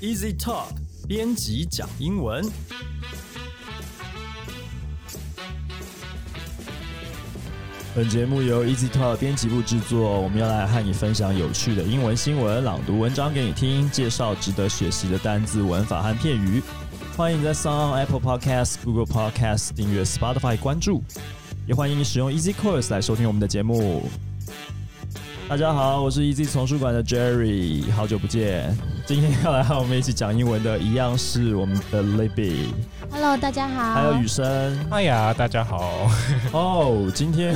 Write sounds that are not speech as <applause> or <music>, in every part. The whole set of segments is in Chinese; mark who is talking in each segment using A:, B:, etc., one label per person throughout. A: Easy Top 编辑讲英文。本节目由 Easy Talk 编辑部制作，我们要来和你分享有趣的英文新闻，朗读文章给你听，介绍值得学习的单字、文法和片语。欢迎你在 s o n Apple Podcast、Google Podcast 订阅 Spotify 关注，也欢迎你使用 Easy Course 来收听我们的节目。大家好，我是 Easy 丛书馆的 Jerry，好久不见。今天要来和我们一起讲英文的，一样是我们的 Libby，
B: Hello，大家好。
A: 还有雨生。
C: 哎呀，大家好，
A: 哦，今天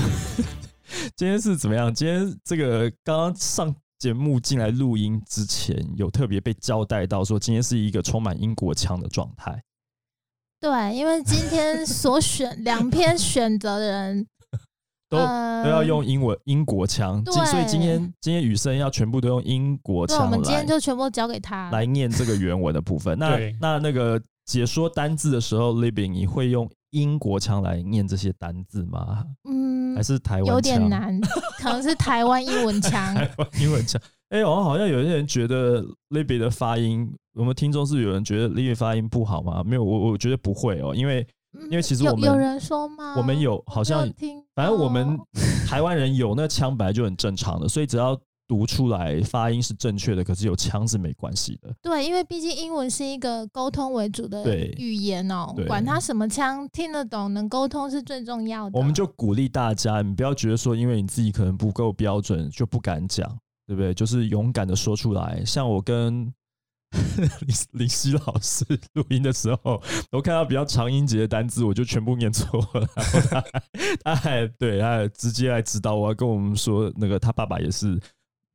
A: <laughs> 今天是怎么样？今天这个刚刚上节目进来录音之前，有特别被交代到说，今天是一个充满英国腔的状态。
B: 对，因为今天所选两篇选择的人
A: <laughs> 都
B: 呃
A: 都要用英文英国腔，今所以
B: 对
A: 今天今天雨生要全部都用英国
B: 对，我
A: 腔
B: 们今
A: 来
B: 天就全部交给
A: <laughs>
B: 他。
A: 来念这个原文的部分。那
C: 对
A: 那那个解说单字的时候，Living 你会用英国腔来念这些单字吗？
B: 嗯
A: 还，是台湾
B: 有
A: 腔 <laughs>
B: 点难，可能是台湾英文腔。
A: 台湾英文腔。 <laughs> 哎、我好像有些人觉得 Libby 的发音，我们听众是有人觉得 Libby 发音不好吗？没有，我我觉得不会哦，因为
B: 因
A: 因为其实我们
B: 嗯有有人说吗？
A: 我们有好像
B: 没有听到，
A: 反正我
B: 哦
A: 们 <laughs> 台湾人有那腔本来就很正常的，所以只要读出来发音是正确的，可是有腔是没关系的。
B: 对，因为毕竟英文是一个沟通为主的
A: 对
B: 语言哦、
A: 对
B: 管他什么腔，听得懂能沟通是最重要的。
A: 我们就鼓励大家，你不要觉得说因为你自己可能不够标准就不敢讲，对不对？就是勇敢的说出来。像我跟 <laughs> 林林夕老师录音的时候，我看到比较长音节的单字，我就全部念错了。然后他 <laughs> 他还哎对，他还直接来指导我，跟我们说那个他爸爸也是。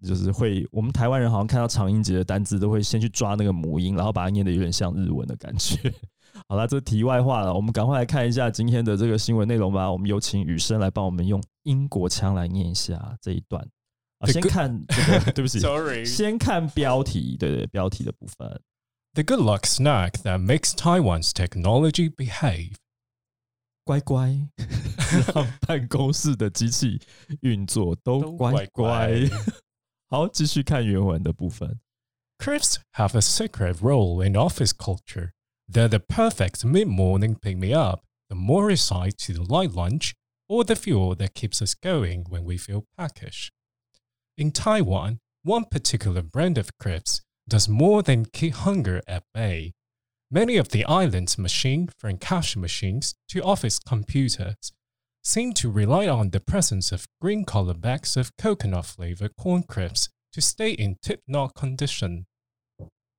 A: 就是会，我们台湾人好像看到长音节的单字，都会先去抓那个母音，然后把它念得有点像日文的感觉。 <laughs> 好啦，这题外话了，我们赶快来看一下今天的这个新闻内容吧。我们有请雨生来帮我们用英国腔来念一下这一段。啊，
C: The
A: 先
C: good-
A: 看这个，对不起，
C: Sorry.
A: 先看标题，对对，标题的部分。
C: The good luck snack that makes Taiwan's technology behave.
A: 乖乖， <laughs> 让办公室的机器运作都
C: 都
A: 乖
C: 乖
A: 乖
C: 乖。
A: 好，继续看原文的部分。
C: Crafts have a secret role in office culture. They're the perfect mid morning pick me up, the more side to the light lunch, or the fuel that keeps us going when we feel peckish. In Taiwan, one particular brand of crepes does more than keep hunger at bay. Many of the island's machines, from cash machines to office computers, seem to rely on the presence of green color bags of coconut flavored corn crisps to stay in tip top condition.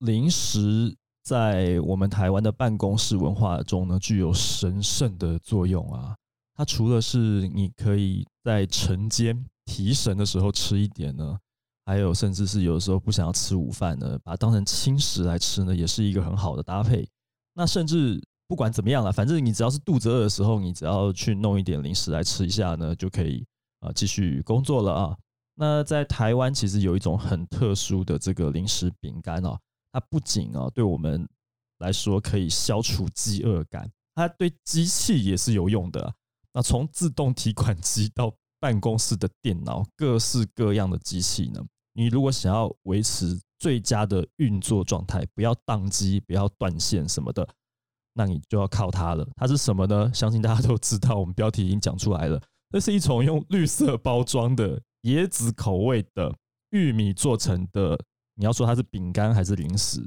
A: 零食在我们台湾的办公室文化中呢，具有神圣的作用啊。它除了是你可以在晨间提神的时候吃一点呢，还有甚至是有的时候不想要吃午饭呢，把它当成轻食来吃呢，也是一个很好的搭配。那甚至不管怎么样了，反正你只要是肚子饿的时候，你只要去弄一点零食来吃一下呢，就可以啊、呃继续工作了啊。那在台湾其实有一种很特殊的这个零食饼干哦，它不仅啊对我们来说可以消除饥饿感，它对机器也是有用的啊、那从自动提款机到办公室的电脑，各式各样的机器呢，你如果想要维持最佳的运作状态，不要宕机，不要断线什么的，那你就要靠它了。它是什么呢？相信大家都知道，我们标题已经讲出来了，这是一种用绿色包装的椰子口味的玉米做成的。你要说它是饼干还是零食，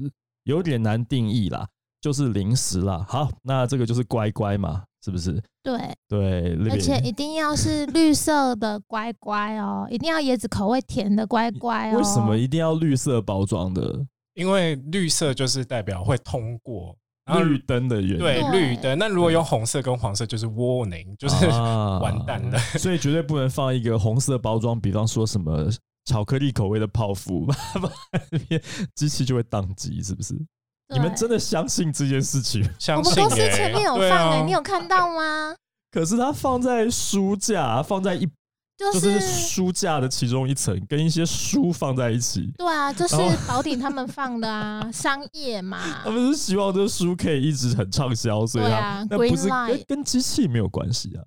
A: 有点难定义啦，就是零食啦。好，那这个就是乖乖嘛，是不是？
B: 对，
A: 对，
B: 而且一定要是绿色的乖乖哦，一定要椰子口味甜的乖乖哦。
A: 为什么一定要绿色包装的
C: 因为绿色就是代表会通过，然后
A: 绿灯的原因？
C: 啊对
B: 对
C: 绿灯。那如果有红色跟黄色，就是 warning，就是
A: 啊
C: <laughs> 完蛋了。
A: 所以绝对不能放一个红色包装，比方说什么巧克力口味的泡芙， <laughs> 不然机器就会宕机，是不是？
B: 对
A: 你们真的欸相信这件事情？
B: 我
C: 相
B: 们
C: 信
B: 公司
C: 耶
B: 前面有
C: 对
B: 放哎、
C: 啊
B: 你有看到吗？
A: <laughs> 可是它放在书架，啊放在一
B: 就
A: 就是是书架的其中一层，跟一些书放在一起。
B: 对啊，就是
A: 然后
B: 宝鼎他们放的啊，商业嘛
A: <laughs> 他。们是希望这书可以一直很畅销，所以
B: 对
A: 它
B: 啊
A: 那不
B: green
A: 是
B: light
A: 跟跟机器没有关系啊。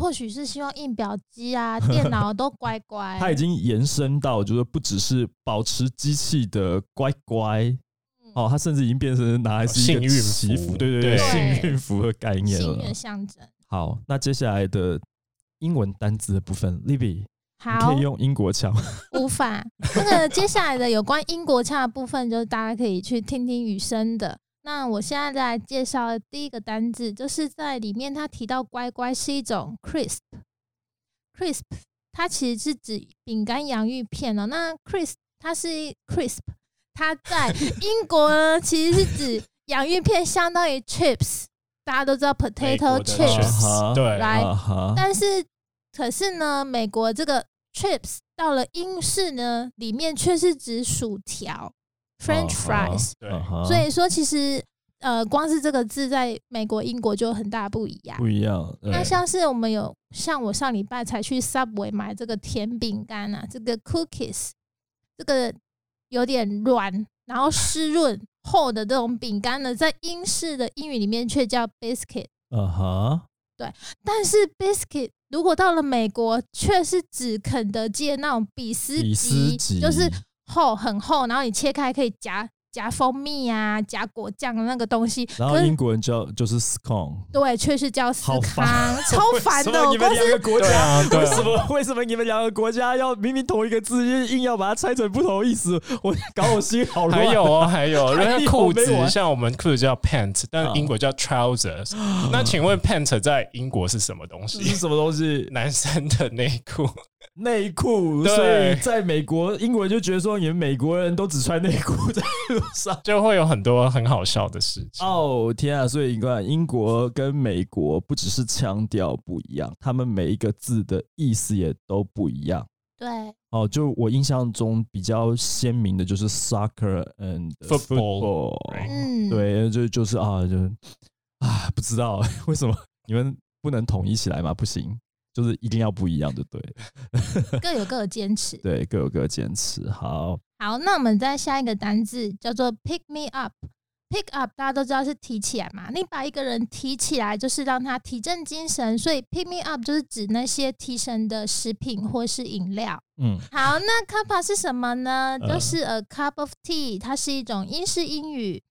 B: 或许是希望印表机啊、电脑都乖
A: <laughs>
B: 乖。
A: 它已经延伸到，就是不只是保持机器的乖乖，
B: 嗯
A: 哦，它甚至已经变成拿来是一个
C: 哦幸
A: 祈
C: 运符
A: 福，对对
C: 对
A: 幸运符的概念
B: 幸
A: 了。
B: 运象征。
A: 好，那接下来的英文单字的部分，Libby，你
B: 好
A: 可以，用英国腔。
B: <laughs> 无法。那个接下来的有关英国腔的部分，就是大家可以去听听雨生的。那我现在来介绍的第一个单字，就是在里面他提到乖乖是一种 crisp。crisp 它其实是指饼干洋芋片哦。那 crisp 它是 crisp，它在英国呢其实是指洋芋片相当于 chips，大家都知道
C: 美国
B: potato
C: 的
B: chips，
A: chips <laughs> 啊哈
C: 对，
B: 来
A: 啊哈，
B: 但是，可是呢，美国这个 chips 到了英式呢，里面却是指薯
A: 哦
B: 条 （French
A: 啊哈
B: fries）。
C: 对
A: 啊哈
B: 所以说，其实呃，光是这个字在美国、英国就有很大不一样。
A: 不一样。对
B: 那像是我们有像我上礼拜才去 Subway 买这个甜饼干啊，这个 cookies，这个有点软，然后湿润厚的这种饼干呢，在英式的英语里面却叫 biscuit。
A: 啊哈，
B: 但是 biscuit 如果到了美国，却是指肯德基的那种比斯
A: 比斯吉
B: 就是厚很厚，然后你切开可以夹夹蜂蜜啊、夹果酱的那个东西。
A: 然后
B: 可是
A: 英国人叫就是 scone。
B: 对，却是叫司
A: 好
B: 康
A: 烦，
B: 超烦
A: <laughs>
B: 哦的。我光是
A: 个国
C: 对啊对啊
A: 为 <laughs> 什么为什么你们两个国家要明明同一个字，硬要把它拆成不同意思？我搞我心好乱。
C: 还有哦，还
A: <laughs>
C: 有，
A: 还有
C: 人家裤
A: 哎没
C: 子
A: 完
C: 像我们裤子叫 pants，
A: 啊
C: 但英国叫
A: <gasps>
C: trousers。那请问 pants 在英国是什么东
A: 这
C: 西 <laughs>
A: 是？什么东西？
C: 男生的内裤， <laughs>
A: 内裤。
C: 对
A: 所以在美国，英国人就觉得说你们美国人都只穿内裤在路上。
C: 就会有很多很好笑的事情。
A: 哦天啊！所以你看，英国跟美国不只是腔调不一样，他们每一个字的意思也都不一样。
B: 对
A: 哦，就我印象中比较鲜明的就是 soccer and
C: Football，
B: 嗯，
A: 对，就就是啊，就啊，不知道 <laughs> 为什么你们不能统一起来吗？不行，就是一定要不一样，就对了
B: 各有各的坚持。
A: 对，各有各的坚持。好，
B: 好，那我们再下一个单字叫做 pick me up。pick up 大家都知道是提起来嘛，你把一个人提起来就是让他提振精神，所以 pick me up 就是指那些提神的食品或是饮料。
A: 嗯，
B: 好，那 cuppa 是什么呢？
A: 呃
B: 就是 a cup of tea，它是一种英式英语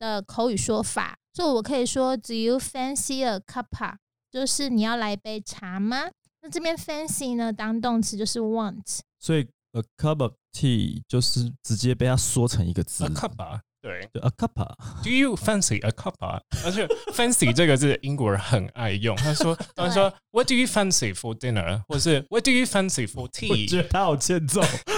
B: 的口语说法，所以我可以说 Do you fancy a cuppa？就是你要来一杯茶吗？那这边 fancy 呢，当动词就是 want。
A: 所以 a cup of tea 就是直接被它缩成一个字
C: a cup 啊，对
A: 对 a cup 啊
C: ，Do you fancy a cup 啊？而且 fancy 这个字英国人很爱
A: <laughs>
C: 用，他说，他说 What do you fancy for dinner？或是 What do you fancy for
A: 我觉
C: tea？fancy
A: 得他好欠揍。 <laughs>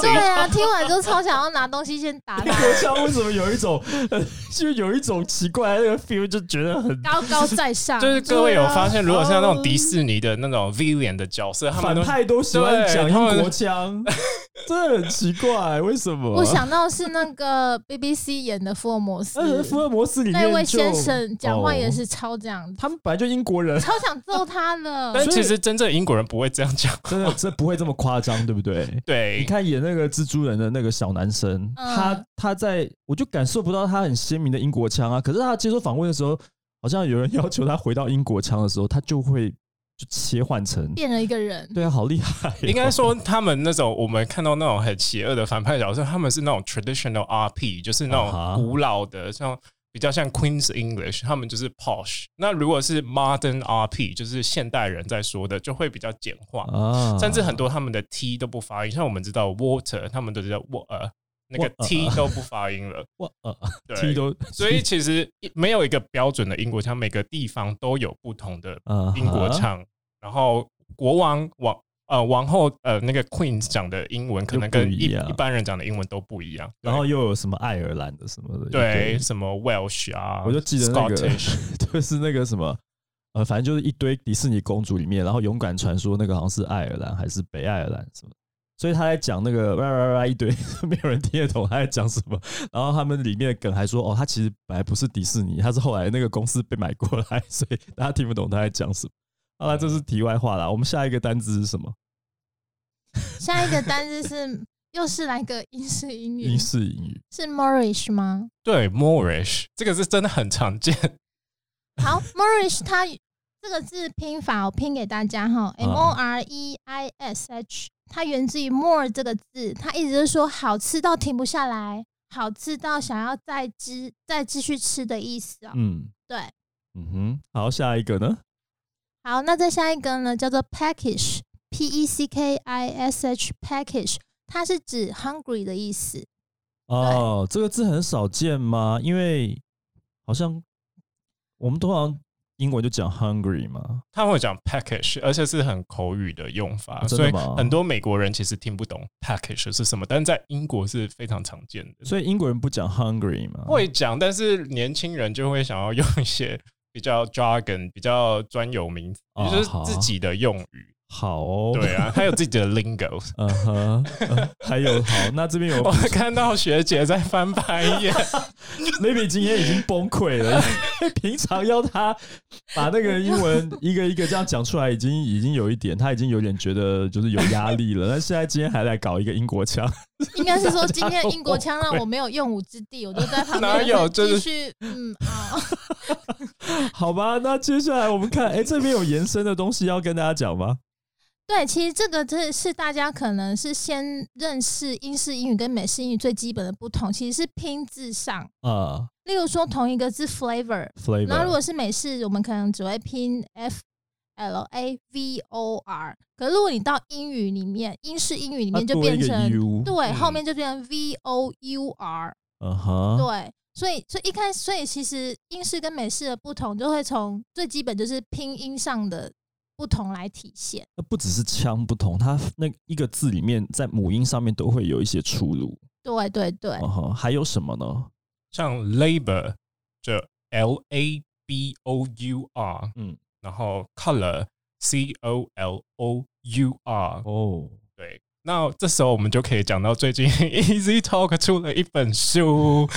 B: 对啊，听完就超想要拿东西先打
A: 英 <laughs>
B: 他，
A: 国腔为什么有一种，呃就有一种奇怪的那个 feel，就觉得很
B: 高高在上。
C: 就是各位有发现，
A: 对啊
C: 如果像那种迪士尼的那种 villain 的角色，他们
A: 反
C: 都
A: 派都喜欢
C: 对
A: 讲
C: 他们
A: 英国腔，真的很奇怪，为什么？
B: 我想到是那个 BBC 演的福尔摩斯，
A: 呃，福尔摩斯里面
B: 那位
A: 就
B: 先生讲话也、
A: 哦
B: 是超这样子，
A: 他们本来就英国人，
B: 超想揍他的。
C: 但
A: 所以
C: 其实真正英国人不会这样讲。
A: 真
C: <laughs>
A: 的这不会这么夸张，对不对？你
C: 对，
A: 看演那个蜘蛛人的那个小男生，
B: 嗯
A: 他他在我就感受不到他很鲜明的英国腔啊。可是他接受访问的时候，好像有人要求他回到英国腔的时候，他就会就切换成
B: 变了一个人。
A: 对啊，好厉害哦、
C: 应该说他们那种我们看到那种很邪恶的反派角色，他们是那种 traditional RP，就是那
A: 啊哈
C: 种古老的，像比较像 Queen's English，他们就是 posh。那如果是 modern RP，就是现代人在说的，就会比较简化，
A: 啊，
C: 甚至很多他们的 T 都不发音。像我们知道 water，他们都知道 water，那
A: 呃
C: 个 T 都不发
A: <laughs>
C: 音了。
A: 哇呃
C: 对
A: 踢，都，
C: 所以其实一没有一个标准的英国腔，每个地方都有不同的
A: 啊
C: 英
A: 哈
C: 国腔，然后国王王呃王后呃那个 queen 讲的英文可能跟一
A: 又不一样
C: 一般人讲的英文都不一样，对
A: 然后又有什么爱尔兰的什么的，
C: 对什么 Welsh 啊，
A: 我就记得那个
C: Scottish，
A: <laughs> 就是那个什么，呃，反正就是一堆迪士尼公主里面，然后勇敢传说那个好像是爱尔兰还是北爱尔兰什么，所以他在讲那个哇哇哇一堆， <laughs> 没有人听得懂他在讲什么。然后他们里面的梗还说，哦，他其实本来不是迪士尼，他是后来那个公司被买过来， <laughs> 所以大家听不懂他在讲什么。好了，这是题外话啦。我们下一个单字是什么？
B: 下一个单字是又是来个英式英语
A: 英，式英语。
B: 是 Moorish 吗？
C: 对 Moorish 这个是真的很常见， <laughs>
A: <laughs>
B: 好，Moorish 它这个字拼法我拼给大家
A: 啊
B: 哈，M O R E I S H，它源自于 more 这个字，它意思就是说好吃到停不下来，好吃到想要再吃、再继续吃的意思哦。
A: 嗯
B: 对，
A: 嗯哼，好，下一个呢？
B: 好，那再下一个呢，叫做 package，p e c k i s h package，它是指 hungry 的意思。
A: 哦，这个字很少见吗？因为好像我们通常英文就讲 hungry 嘛，
C: 他们会讲 package，而且是很口语的用法，
A: 啊真
C: 所
A: 的
C: 以
A: 吗
C: 很多美国人其实听不懂 package 是什么，但在英国是非常常见的。
A: 所以英国人不讲 hungry 嘛。
C: 会讲，但是年轻人就会想要用一些比较 jargon、比较专有名词，
A: 哦
C: 也就是自己的用语。
A: 好哦，
C: 对啊，他有自己的 lingo。
A: 嗯哼，呃还有好，那这边有
C: <laughs> 我看到学姐在翻白 <laughs> 眼，
A: Libby 今天已经崩溃
C: <laughs>
A: 了，因为平常要他把那个英文一个一个这样讲出来，已经已经有一点，他已经有点觉得就是有压力
C: <laughs>
A: 了。但现在今天还来搞一个英国腔， <laughs>
B: <laughs> 应该是说今天的英国腔让我没有用武之地，我就在旁边
C: <laughs> 哪有
B: 就是
C: 就是
B: 继续嗯啊，
A: 好吧？那接下来我们看，哎、这边有延伸的东西要跟大家讲吗？
B: <laughs> 对，其实这个这是大家可能是先认识英式英语跟美式英语最基本的不同，其实是拼字上。
A: 啊、
B: 例如说同一个字 flavor，
A: f l a v o
B: 那
A: r
B: 如果是美式，我们可能只会拼 f l a v o r，可是如果你到英语里面，英式英语
A: 啊
B: 里面就变成
A: U，
B: 对，
C: 嗯
B: 后面就变成 v o u r，
A: 嗯哼，
B: 对。所以，所以一开始，所以其实英式跟美式的不同，就会从最基本就是拼音上的不同来体现。
A: 那不只是腔不同，它那一个字里面在母音上面都会有一些出入。
B: 对对对，
A: 嗯哼，还有什么呢？
C: 像 labor 就 L A B O U R，
A: 嗯，
C: 然后 color C O L O U R，
A: 哦，
C: 对，那这时候我们就可以讲到最近 <laughs> Easy Talk 出了一本 <laughs> 书，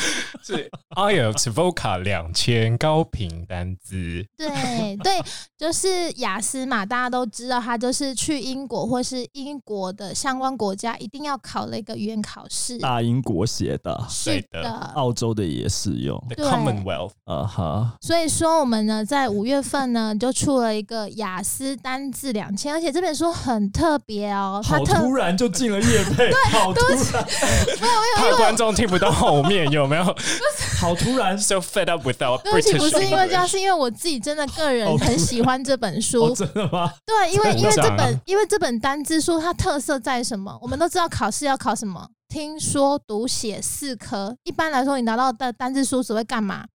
C: 是 IELTS Voca 两千高频单字。
B: 对对，就是雅思嘛，大家都知道，它就是去英国或是英国的相关国家一定要考的一个语言考试。
A: 大英国写啊的，哦
B: 是
C: 对
B: 的，
A: 澳洲的也适用。
C: The
B: 对
C: Commonwealth，
A: 啊哈，
B: 所以说我们呢，在五月份呢，就出了一个雅思单字两千，而且这本书很特别哦，它
A: 好
B: 特
A: 突然就进了夜配，好突然，
B: 哎
C: 怕观众听不到后面有没有
A: 好突然，
C: ？So fed up without
B: <laughs> 对不起，
C: British，
B: 不是因为这样，
C: English
B: 是因为我自己真的个人
A: 好突
B: 很喜欢这本
A: 哦，
B: 书。
A: 真的吗？
B: 对，因为因为
C: 鼓
B: 这
C: 掌
B: 本因为这本单字书它特色在什么？我们都知道考试要考什么，听说读写四科。一般来说，你拿到的单字书只会干嘛？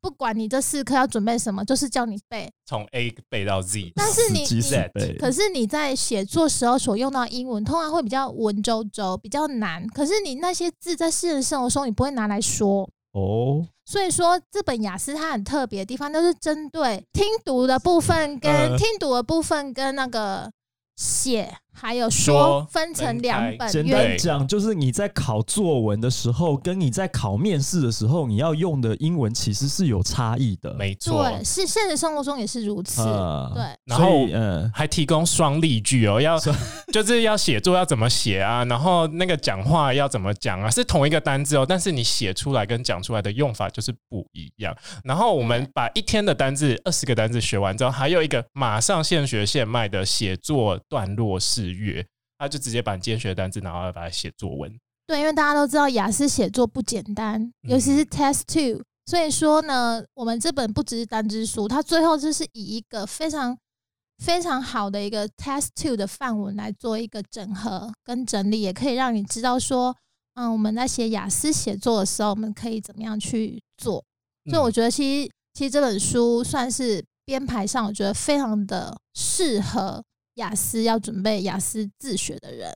B: 不管你这四科要准备什么，就是叫你背。
C: 从 A 背到 Z，
B: 但是
A: 死
B: 你
A: 记死
B: 你
A: 背
B: 可是你在写作时候所用到的英文，通常会比较文绉绉，比较难。可是你那些字在现实生活中你不会拿来说，
A: 哦，
B: 所以说，这本雅思它很特别的地方，就是针对听读的部分跟、
C: 呃
B: 听读的部分跟那个写还有
C: 说
B: 说分成两
C: 分开
B: 本
A: 简
B: 原
A: 单讲就是你在考作文的时候，跟你在考面试的时候，你要用的英文其实是有差异的。
C: 没错。
B: 对，是现实生活中也是如此。
A: 啊
B: 对，
C: 然
A: 所
C: 后
A: 以嗯，
C: 还提供双例句哦，要
A: 是
C: 就是要写作要怎么写啊，然后那个讲话要怎么讲啊，是同一个单字哦，但是你写出来跟讲出来的用法就是不一样。然后我们把一天的单字二十个单字学完之后，还有一个马上现学现卖的写作段落试阅，他就直接把你今天学的单字，然后把它写作文。
B: 对，因为大家都知道雅思写作不简单，尤其是 Test Two，、所以说呢，我们这本不只是单支书，它最后就是以一个非常非常好的一个 Test Two 的范文来做一个整合跟整理，也可以让你知道说，嗯，我们在写雅思写作的时候，我们可以怎么样去做。所以我
C: 嗯
B: 觉得，其实其实这本书算是编排上，我觉得非常的适合雅思要准备雅思自学的人。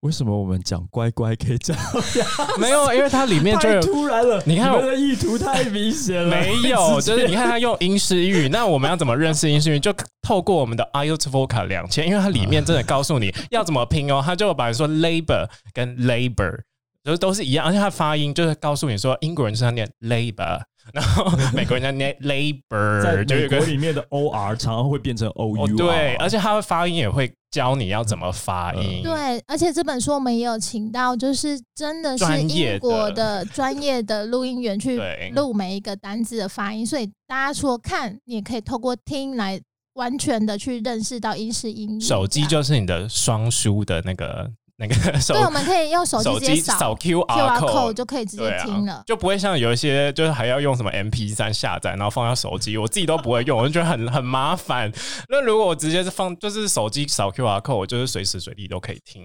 A: 为什么我们讲乖乖可以讲到呀？
B: <laughs>
C: 没有，因为它里面就
A: 太
C: 有。
A: 突然了，
C: 你看
A: 们的意图太明显了，
C: <laughs> 没有，
A: 直接
C: 就是你看他用英式英语，那我们要怎么认识英式英语？就透过我们的 IELTS Voca 两千，因为它里面真的告诉你 <laughs> 要怎么拼哦，它就把你说 labor 跟 labor 就是都是一样，而且它发音就是告诉你说英国人是要念 labor，然 <laughs> 后美国人要 <laughs> 念 labor，
A: 在
C: 就
A: 美
C: 有一
A: 国啊
C: 个
A: 里面的 O R 常常会变成 O
C: 哦
A: U，
C: 对，而且它的发音也会教你要怎么发音，
B: 对，而且这本书我们也有请到，就是真的是
C: 专业
B: 英国的
C: 的
B: 专业的录音员去
C: 对
B: 录每一个单字的发音，所以大家除了看，你也可以透过听来完全的去认识到英式英语。
C: 手机
B: 这样
C: 就是你的双输的那个。那个手
B: 对，我们可以用手机
C: 手
B: 直接
C: 机
B: 扫
C: 扫 QR
B: QR
C: code
B: code 就可以直接
C: 对啊
B: 听了。
C: 就不会像有一些就是还要用什么 MP 三下载，然后放到手机，我自己都不会用，我就觉得很很麻烦。那如果我直接是放，就是手机扫 QR code，我就是随时随地都可以听。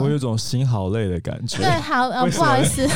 A: 我有
B: 嗯，
A: 一种心好累的感觉。
B: 对，好，呃，
A: 为什
B: 不
A: 么
B: 好意思，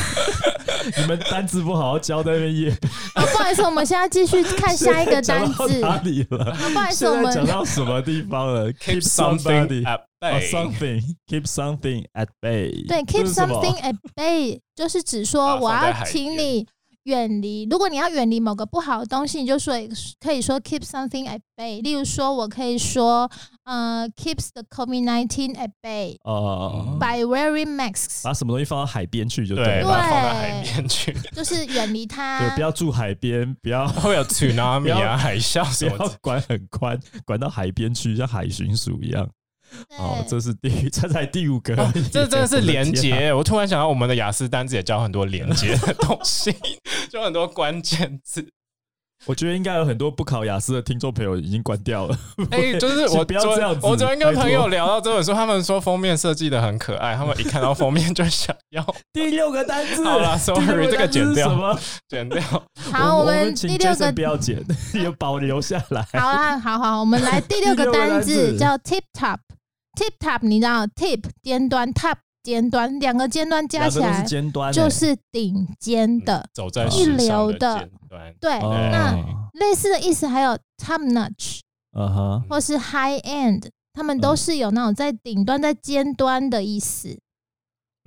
A: <laughs> 你们单字不好好教，在那边也
B: 哦不好意思，我们现在继续看下一个
A: <laughs>
B: 单
A: 现在讲
B: 字。
A: 到哪里了？
B: 不好意思，
A: 现
B: 我
A: 在讲
B: 们
A: 到什么地方了
C: <laughs> Keep something at
A: or
C: bay，、
A: 啊 something keep something at bay。
B: 对 keep
A: 这是什么
B: something at bay，就是 <laughs> 指说
C: 啊
B: 我
C: 放在
B: 要
C: 海
B: 请
C: 边
B: 你远离。如果你要远离某个不好的东西，你就说可以说 keep something at bay。例如说，我可以说呃 keeps the COVID nineteen at bay
A: 呃，
B: by wearing masks，
A: 把什么东西放到海边去就
C: 对，
A: 了。
B: 啊
C: 把它放在海边去，
B: 就是远离它
A: <laughs> 对，。不要住海边，不要
C: 会有 tsunami
A: 不要
C: 啊、海啸
A: 不
C: 什么
A: 要
C: 的。
A: 管很宽，管到海边去，像海巡署一样。哦，
B: 对
A: 这是第 <laughs> 这才第五个，
C: 哦这真的是连
A: 我的天啊。
C: 接，我突然想到，我们的雅思单字也教很多连接的东西， <laughs> 就很多关键字。
A: 我觉得应该有很多不考雅思的听众朋友已经关掉了。
C: 哎、就是
A: <laughs>
C: 我
A: 不要
C: 昨
A: 这样子
C: 我昨天
A: 拜
C: 跟
A: 托
C: 朋友聊到这本书，他们说封面设计的很可爱，他们一看到封面就想
A: <laughs>
C: 要
A: 第六个单字，
C: 好啦
A: 第六
C: sorry，这个
A: 单字是
C: 剪掉
A: 什么？
C: 剪掉。
B: 好，
A: 我
B: 们
A: 请
B: 第六
A: Jason
B: 个
A: 不要剪， <laughs> 有保留下来。
B: 好啦，好好，我们来第六
A: <laughs> 第
B: 个
A: 六个
B: 单
A: 单
B: 字
A: 字
B: 叫 tip top。tip top，你知道 tip 尖端，top 尖端，两个尖端加
A: 两
B: 起
A: 个都是
B: 来
A: 尖端欸，
B: 就是顶尖的。
C: 走在
A: 一
C: 时尚
B: 流
C: 的
B: 的
C: 尖端。
B: 对，
A: 哦
B: 那类似的意思还有 top notch
A: 嗯哼，
B: 或是 high end，他们都
A: 嗯
B: 是有那种在顶端、在尖端的意思。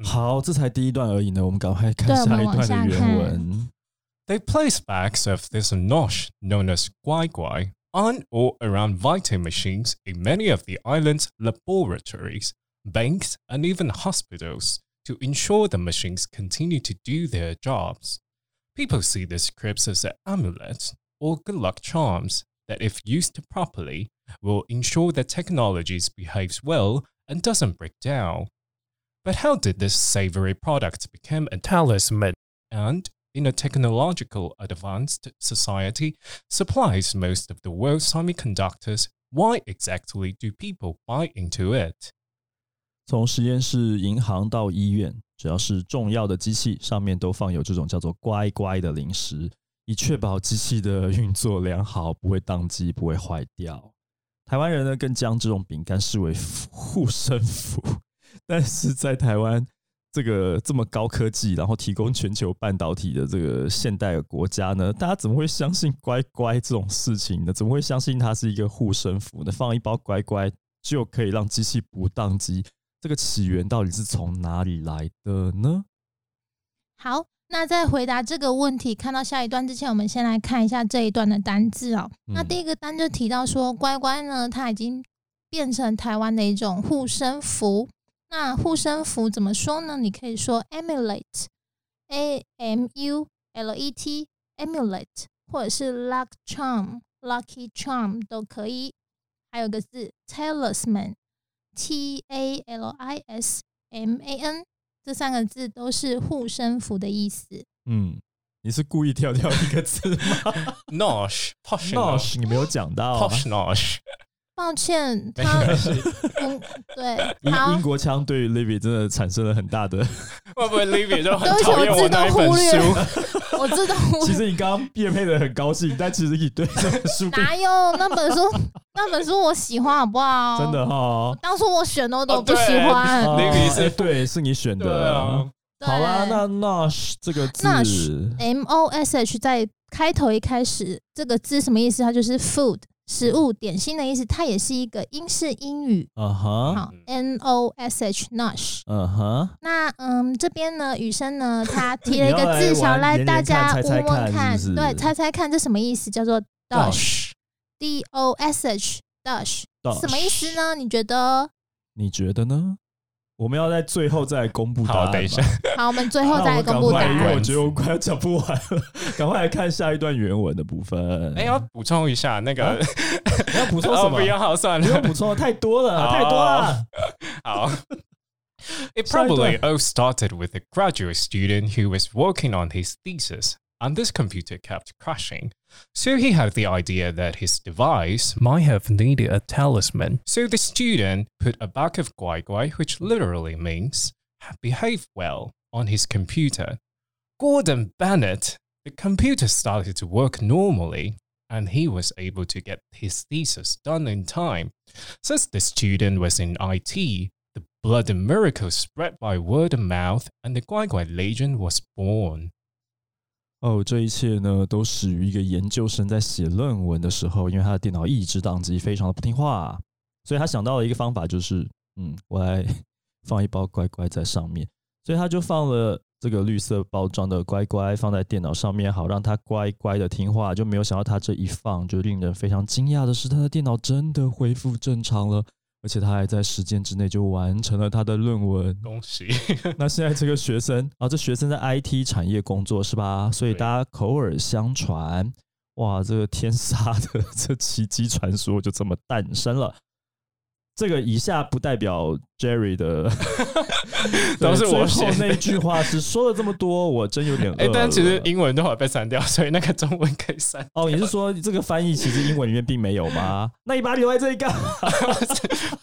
A: 好，这才第一段而已呢，我们赶快看
B: 对我
A: 下
B: 们
A: 一
B: 往
A: 段
B: 下
A: 的
B: 看
A: 原文。
C: They place bags of this nosh known as guai guai on or around voting machines in many of the island's laboratories, banks, and even hospitals to ensure the machines continue to do their jobs. People see the scripts as amulets or good luck charms that, if used properly, will ensure that technologies behaves well and doesn't break down. But how did this savory product become a talisman? And in a technological advanced society, supplies most of the world's semiconductors. Why exactly do people buy into it?
A: 从实验室、银行到医院，只要是重要的机器，上面都放有这种叫做“乖乖”的零食，以确保机器的运作良好，不会宕机，不会坏掉。台湾人呢，更将这种饼干视为护身符，但是在台湾这个这么高科技，然后提供全球半导体的这个现代的国家呢，大家怎么会相信乖乖这种事情呢？怎么会相信它是一个护身符呢？放一包乖乖就可以让机器不宕机，这个起源到底是从哪里来的呢？
B: 好，那在回答这个问题，看到下一段之前，我们先来看一下这一段的单字哦。
A: 嗯
B: 那第一个单就提到说，乖乖呢，它已经变成台湾的一种护身符。那护身符怎么说呢？你可以说 emulate，a m u l e t emulate，或者是 luck charm、lucky charm 都可以。还有个字 talisman，t a l i s m a n。这三个字都是护身符的意思。
A: 嗯，你是故意跳掉一个字
C: <laughs>
A: 吗
C: Nosh, posh nosh,
A: ？Nosh，你没有讲到、啊。
C: <laughs> posh nosh.
B: 抱歉，
C: 没
B: 他
A: <laughs>
C: 关系，
B: 嗯，对，
A: 英
B: 好
A: 英，国腔对于 Livy 真的产生了很大的。
C: 会不会 Livy 就很
B: 对不起
C: 讨厌
B: 我自
C: 那一
B: 动
C: 本
B: 忽略
C: 书？
B: 我知道，
A: <laughs> 其实你刚刚变配的很高兴，但其实你对这本书并
B: 哪有那本书？那本书我喜欢，好不好？
A: 真的，哈、哦。
B: 当初我选的我都
C: 哦
B: 不
C: 对
B: 喜欢。
C: Livy 是
A: 哎对，是你选
C: 对
A: 的。
C: 啊，
B: 对
A: 好啦，那 Nosh 这个字
B: Nosh M O S H 在开头一开始这个字什么意思？它就是 food 食物、点心的意思。它也是一个英式英语。
A: 啊哈，
B: 好，N O S H Nosh。
A: 嗯哈，
B: 那嗯，这边呢，雨生呢，
A: <laughs>
B: 他提
A: 你
B: 了一
A: 要
B: 个
A: 来
B: 字，想
A: 玩
B: 来
A: 连
B: 大
A: 连看猜
B: 家问
A: 猜
B: 问
A: 看是不是
B: 对，猜猜看这什么意思？叫做
C: Dosh
B: dosh，d o s h dosh，
A: Dosh
B: 什么意思呢？你觉得？
A: 你觉得呢？我们要在最后再来公布答案
C: 好
A: 吗。
C: 等一下
B: 好，我们最后再来公布答
A: 那我赶快因为
B: 案
A: 我。觉得我快要讲不完了，赶快来看下一段原文的部分。
C: 哎，要补充一下那
A: 啊
C: 个， <laughs>
A: 你要补充什
C: 哦，
A: 么？
C: 不要，好 <laughs> 算
A: 不
C: 了
A: 用，补充了，太多了，
C: 好
A: 太多了。
C: <laughs> Oh. It
A: Sorry, go
C: probably
A: ahead.
C: all started with a graduate student who was working on his thesis and this computer kept crashing. So he had the idea that his device might have needed a talisman. So the student put a bag of guai guai, which literally means behave well, on his computer. Gordon Bennett, the computer started to work normally, and he was able to get his thesis done in time. Since the student was in IT, the blood and miracle spread by word of mouth, and the guai guai legend was born.
A: 哦，这一切呢，都始于一个研究生在写论文的时候，因为他的电脑一直宕机，非常的不听话，所以他想到了一个方法，就是嗯，我来 <laughs> 放一包乖乖在上面，所以他就放了这个绿色包装的乖乖放在电脑上面，好让他乖乖的听话。就没有想到他这一放，就令人非常惊讶的是，他的电脑真的恢复正常了，而且他还在时间之内就完成了他的论文。
C: 恭喜。
A: <laughs> 那现在这个学生啊，这学生在 IT 产业工作是吧？所以
C: 对
A: 大家口耳相传，哇，这个天杀的这奇迹传说就这么诞生了。这个以下不代表 Jerry
C: <laughs>
A: 的对，
C: 都是我
A: 最
C: 写
A: 后那
C: 的
A: 一句话是说了这么多，我真有点饿了。
C: <laughs> <laughs> 哎、但其实英文的话被删掉，所以那个中文可以删
A: <laughs> 。哦，你是说这个翻译其实英文里面并没有吗？那你把它留在这里干嘛？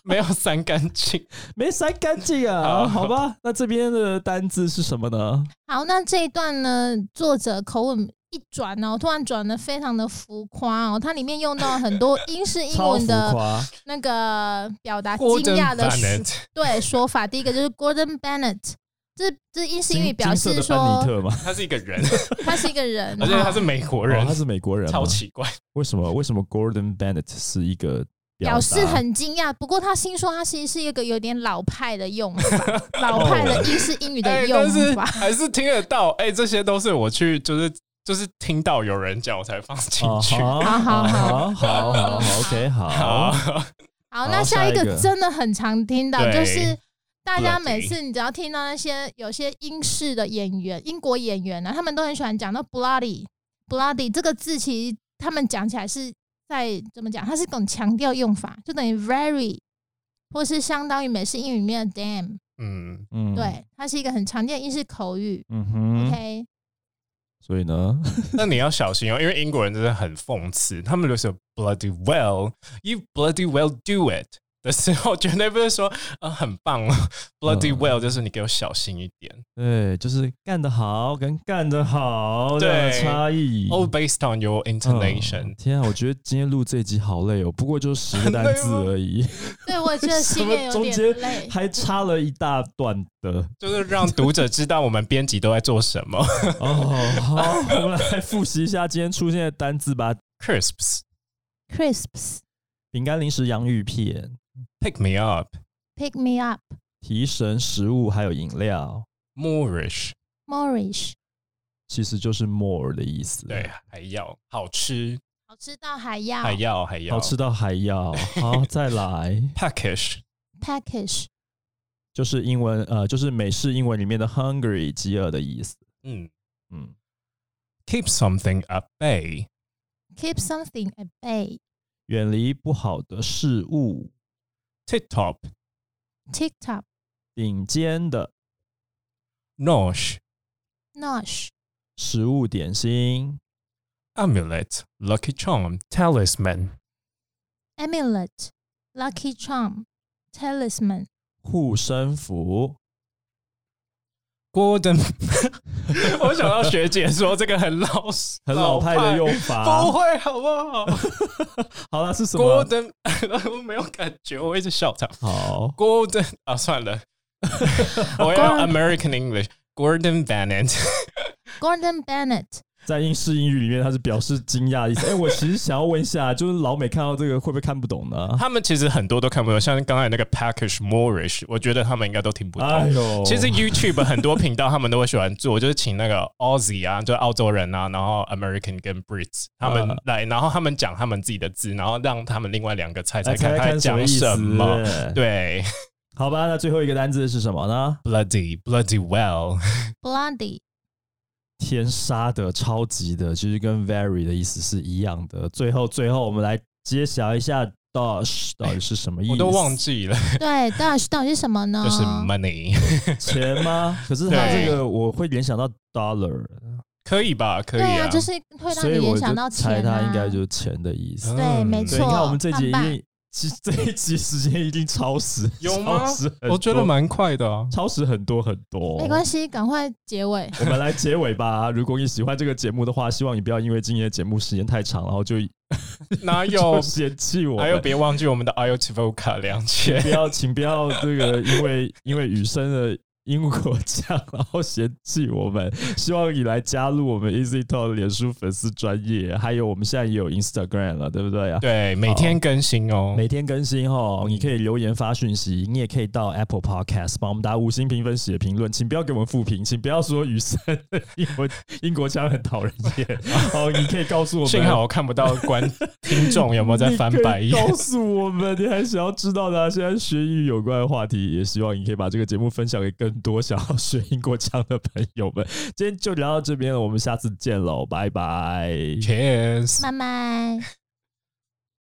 C: 没有删干净。
A: 没删干净啊？
C: 好
A: 好吧，那这边的单字是什么呢？
B: 好，那这一段呢，作者口吻一转哦，突然转的非常的浮夸哦，它里面用到
A: <laughs>
B: 很多英式英
A: 超
B: 文
A: 浮
B: 的
A: 夸。
B: 那个表达惊
C: Gordon
B: 讶的
C: Bennett
B: 对说法。第一个就是 Gordon Bennett，这这英式英语
A: 金
B: 表
A: 金色
B: 示
A: 的班尼
B: 说
A: 特吗？
C: <laughs> 他是一个人，
B: 他是一
A: <laughs>
B: 个人，
C: 而且他是美国人，
A: 哦他是美国人吗，
C: 超奇怪。
A: 为什么？为什么 Gordon Bennett 是一个达
B: 表示很惊讶，不过他心说他其实是一个有点老派的用法，老派的英式英语
C: 哎
B: 的
C: 但
B: 用
C: 是
B: 法。
C: <laughs> 还是听得到。哎、这些都是我去，就是就是听到有人讲我才放进
A: 啊
C: 去。
A: 哈好
B: 好好好
A: 好好好，OK，好
C: <laughs> 好，
B: 好，
A: 好
B: 那下
A: 下
B: 一
A: 一
B: 个
A: 个
B: 真的很常听到，
C: 对
B: 就是大家每
C: Bloody
B: 次你只要听到那些有些英式的演员、英国演员呢、啊他们都很喜欢讲到 bloody bloody 这个字，其实他们讲起来是在怎么讲？它是一种强调用法，就等于 very，或是相当于美式英语里面的 damn，、
C: 嗯，
A: 嗯，
B: 对，它是一个很常见的英式口语。
A: 嗯哼，
B: OK，
A: 所以呢， <laughs>
C: 那你要小心哦，因为英国人真的很讽刺，他们都说 bloody well，you bloody well do it <laughs> 的时候，绝对不是说呃很棒哦，bloody
A: 嗯
C: well 就是你给我小心一点。
A: 对，就是干得好跟干得好
C: 对
A: 的差异。
C: All based on your
A: 嗯
C: intonation，
A: 天啊，我觉得今天录这一集好累哦，不过就十个
C: 很累
A: 单字
C: 吗
A: 而已，
B: <laughs> 对我觉得
A: 什
B: 心
A: 么
B: 也有
A: 中间
B: 点累。
A: <laughs> 还差了一大段
C: <laughs>
A: 的。
C: 就是让读者知道我们编辑都在做什
A: <laughs>
C: 么。
A: 哦，好，我们来复习一下今天出现的单字吧。
C: Crisps,
B: Crisps,
A: 饼干、零食、洋芋片、
C: pick me up,
B: pick me up,
A: 提神食物还有饮料，
C: Moorish，
B: Moorish，
A: 其实就是 more 的意思。
C: 对，，还要好吃，
B: 好吃到还要
C: 还要还要
A: 好吃到还
C: <laughs>
A: 要好再来，
C: Packish,
B: package。
A: 就是英文呃，就是美式英文里面的 hungry 饥饿的意思。
C: 嗯
A: 嗯，
C: ，keep something at bay,
B: keep something at bay.
A: 远离不好的事物，
C: tip top,
B: Tick tock,
A: 顶尖的
C: nosh,
B: nosh,
A: 食物点心，
C: amulet, lucky charm, talisman,
B: amulet, lucky charm, talisman,
A: 护身符。
C: <laughs> Gordon，我想到学姐说这个很老
A: 很老派的用
C: <laughs>
A: 法
C: 不，会好不好
A: 好了是什么？
C: ？Gordon，我 <laughs> 没有感觉，我一直笑他。
A: 好
C: Gordon <laughs> 啊，
A: <laughs>
C: 算了，我要 American English。Gordon Bennett，
A: <laughs>
B: Gordon Bennett.
A: 在英式英语里面，它是表示惊讶的意思。哎、我其实想要问一下，就是老美看到这个会不会看不懂呢？
C: <laughs> 他们其实很多都看不懂，像刚才那个 Packish Moorish，我觉得他们应该都听不懂。
A: 哎呦，
C: 其实 YouTube 很多频道他们都会喜欢做，就是请那个 Aussie 啊，就澳洲人啊，然后 American 跟 Brits 他们来，然后他们讲他们自己的字，然后让他们另外两个猜
A: 来
C: 猜
A: 猜
C: 看他
A: 看什么
C: 讲
A: 意
C: 什
A: 思？
C: 么。对
A: 好吧，那最后一个单字是什么呢？
C: ，bloody bloody <laughs> well，
B: Bloody,
A: <laughs> 天杀的、超级的，其实跟 very 的意思是一样的。最后，最后我们来揭晓一下 dosh 到底是什么意思？
C: 我都忘记了，
B: 对，dash 到底是什么呢？
C: 就是 money <laughs>
A: 钱吗？可是它
C: 对
A: 这个我会联想到 dollar，
C: 可以吧？可以
B: 对啊，
C: 啊，
B: 就是会
A: 所
B: 让
A: 以
B: 你
A: 我
B: 联
A: 就
B: 想到
A: 猜
B: 钱
A: 它
B: 啊。
A: 应该就是钱的意思。
B: 对，
C: 嗯
B: 没
A: 对，
B: 错。
A: 你看我们这集一
B: 棒棒
A: 定，其实这一集时间一定超时，
C: 有吗
A: 超时很多
C: 呃我觉得蛮快的啊。
A: 超时很多很多，
B: 没关系，赶快结尾。
A: 我们来结尾吧。如果你喜欢这个节目的话，希望你不要因为今天的节目时间太长，然后就
C: 哪 <laughs> 有
A: <laughs> 就？嫌弃我们。
C: 还有，别忘记我们的 IOT Voca 两
A: 不
C: <laughs> 千。
A: 要，请不要这个，因为因为雨生的英国腔，然后嫌弃我们。 <laughs> 希望你来加入我们 Easy Talk 脸书粉丝专业，还有我们现在也有 Instagram 了，对不对啊？
C: 对，每天更新哦。
A: 每天更新哦，你可以留言发讯息，你也可以到 Apple Podcast 帮我们打五星评分、写评论，请不要给我们负评，请不要说雨生英国英国腔很讨人
C: <laughs>
A: 厌哦。你可以告诉我们，
C: 幸好我看不到观 <laughs> 听众有没有在翻白
A: 你可以
C: 眼
A: 告。诉我们你还想要知道的、啊、现在学英语有关的话题，也希望你可以把这个节目分享给更多想要学英国腔的朋友们。今天就聊到这边了，我们下次见喽，拜拜。
C: Cheers。
B: 拜拜。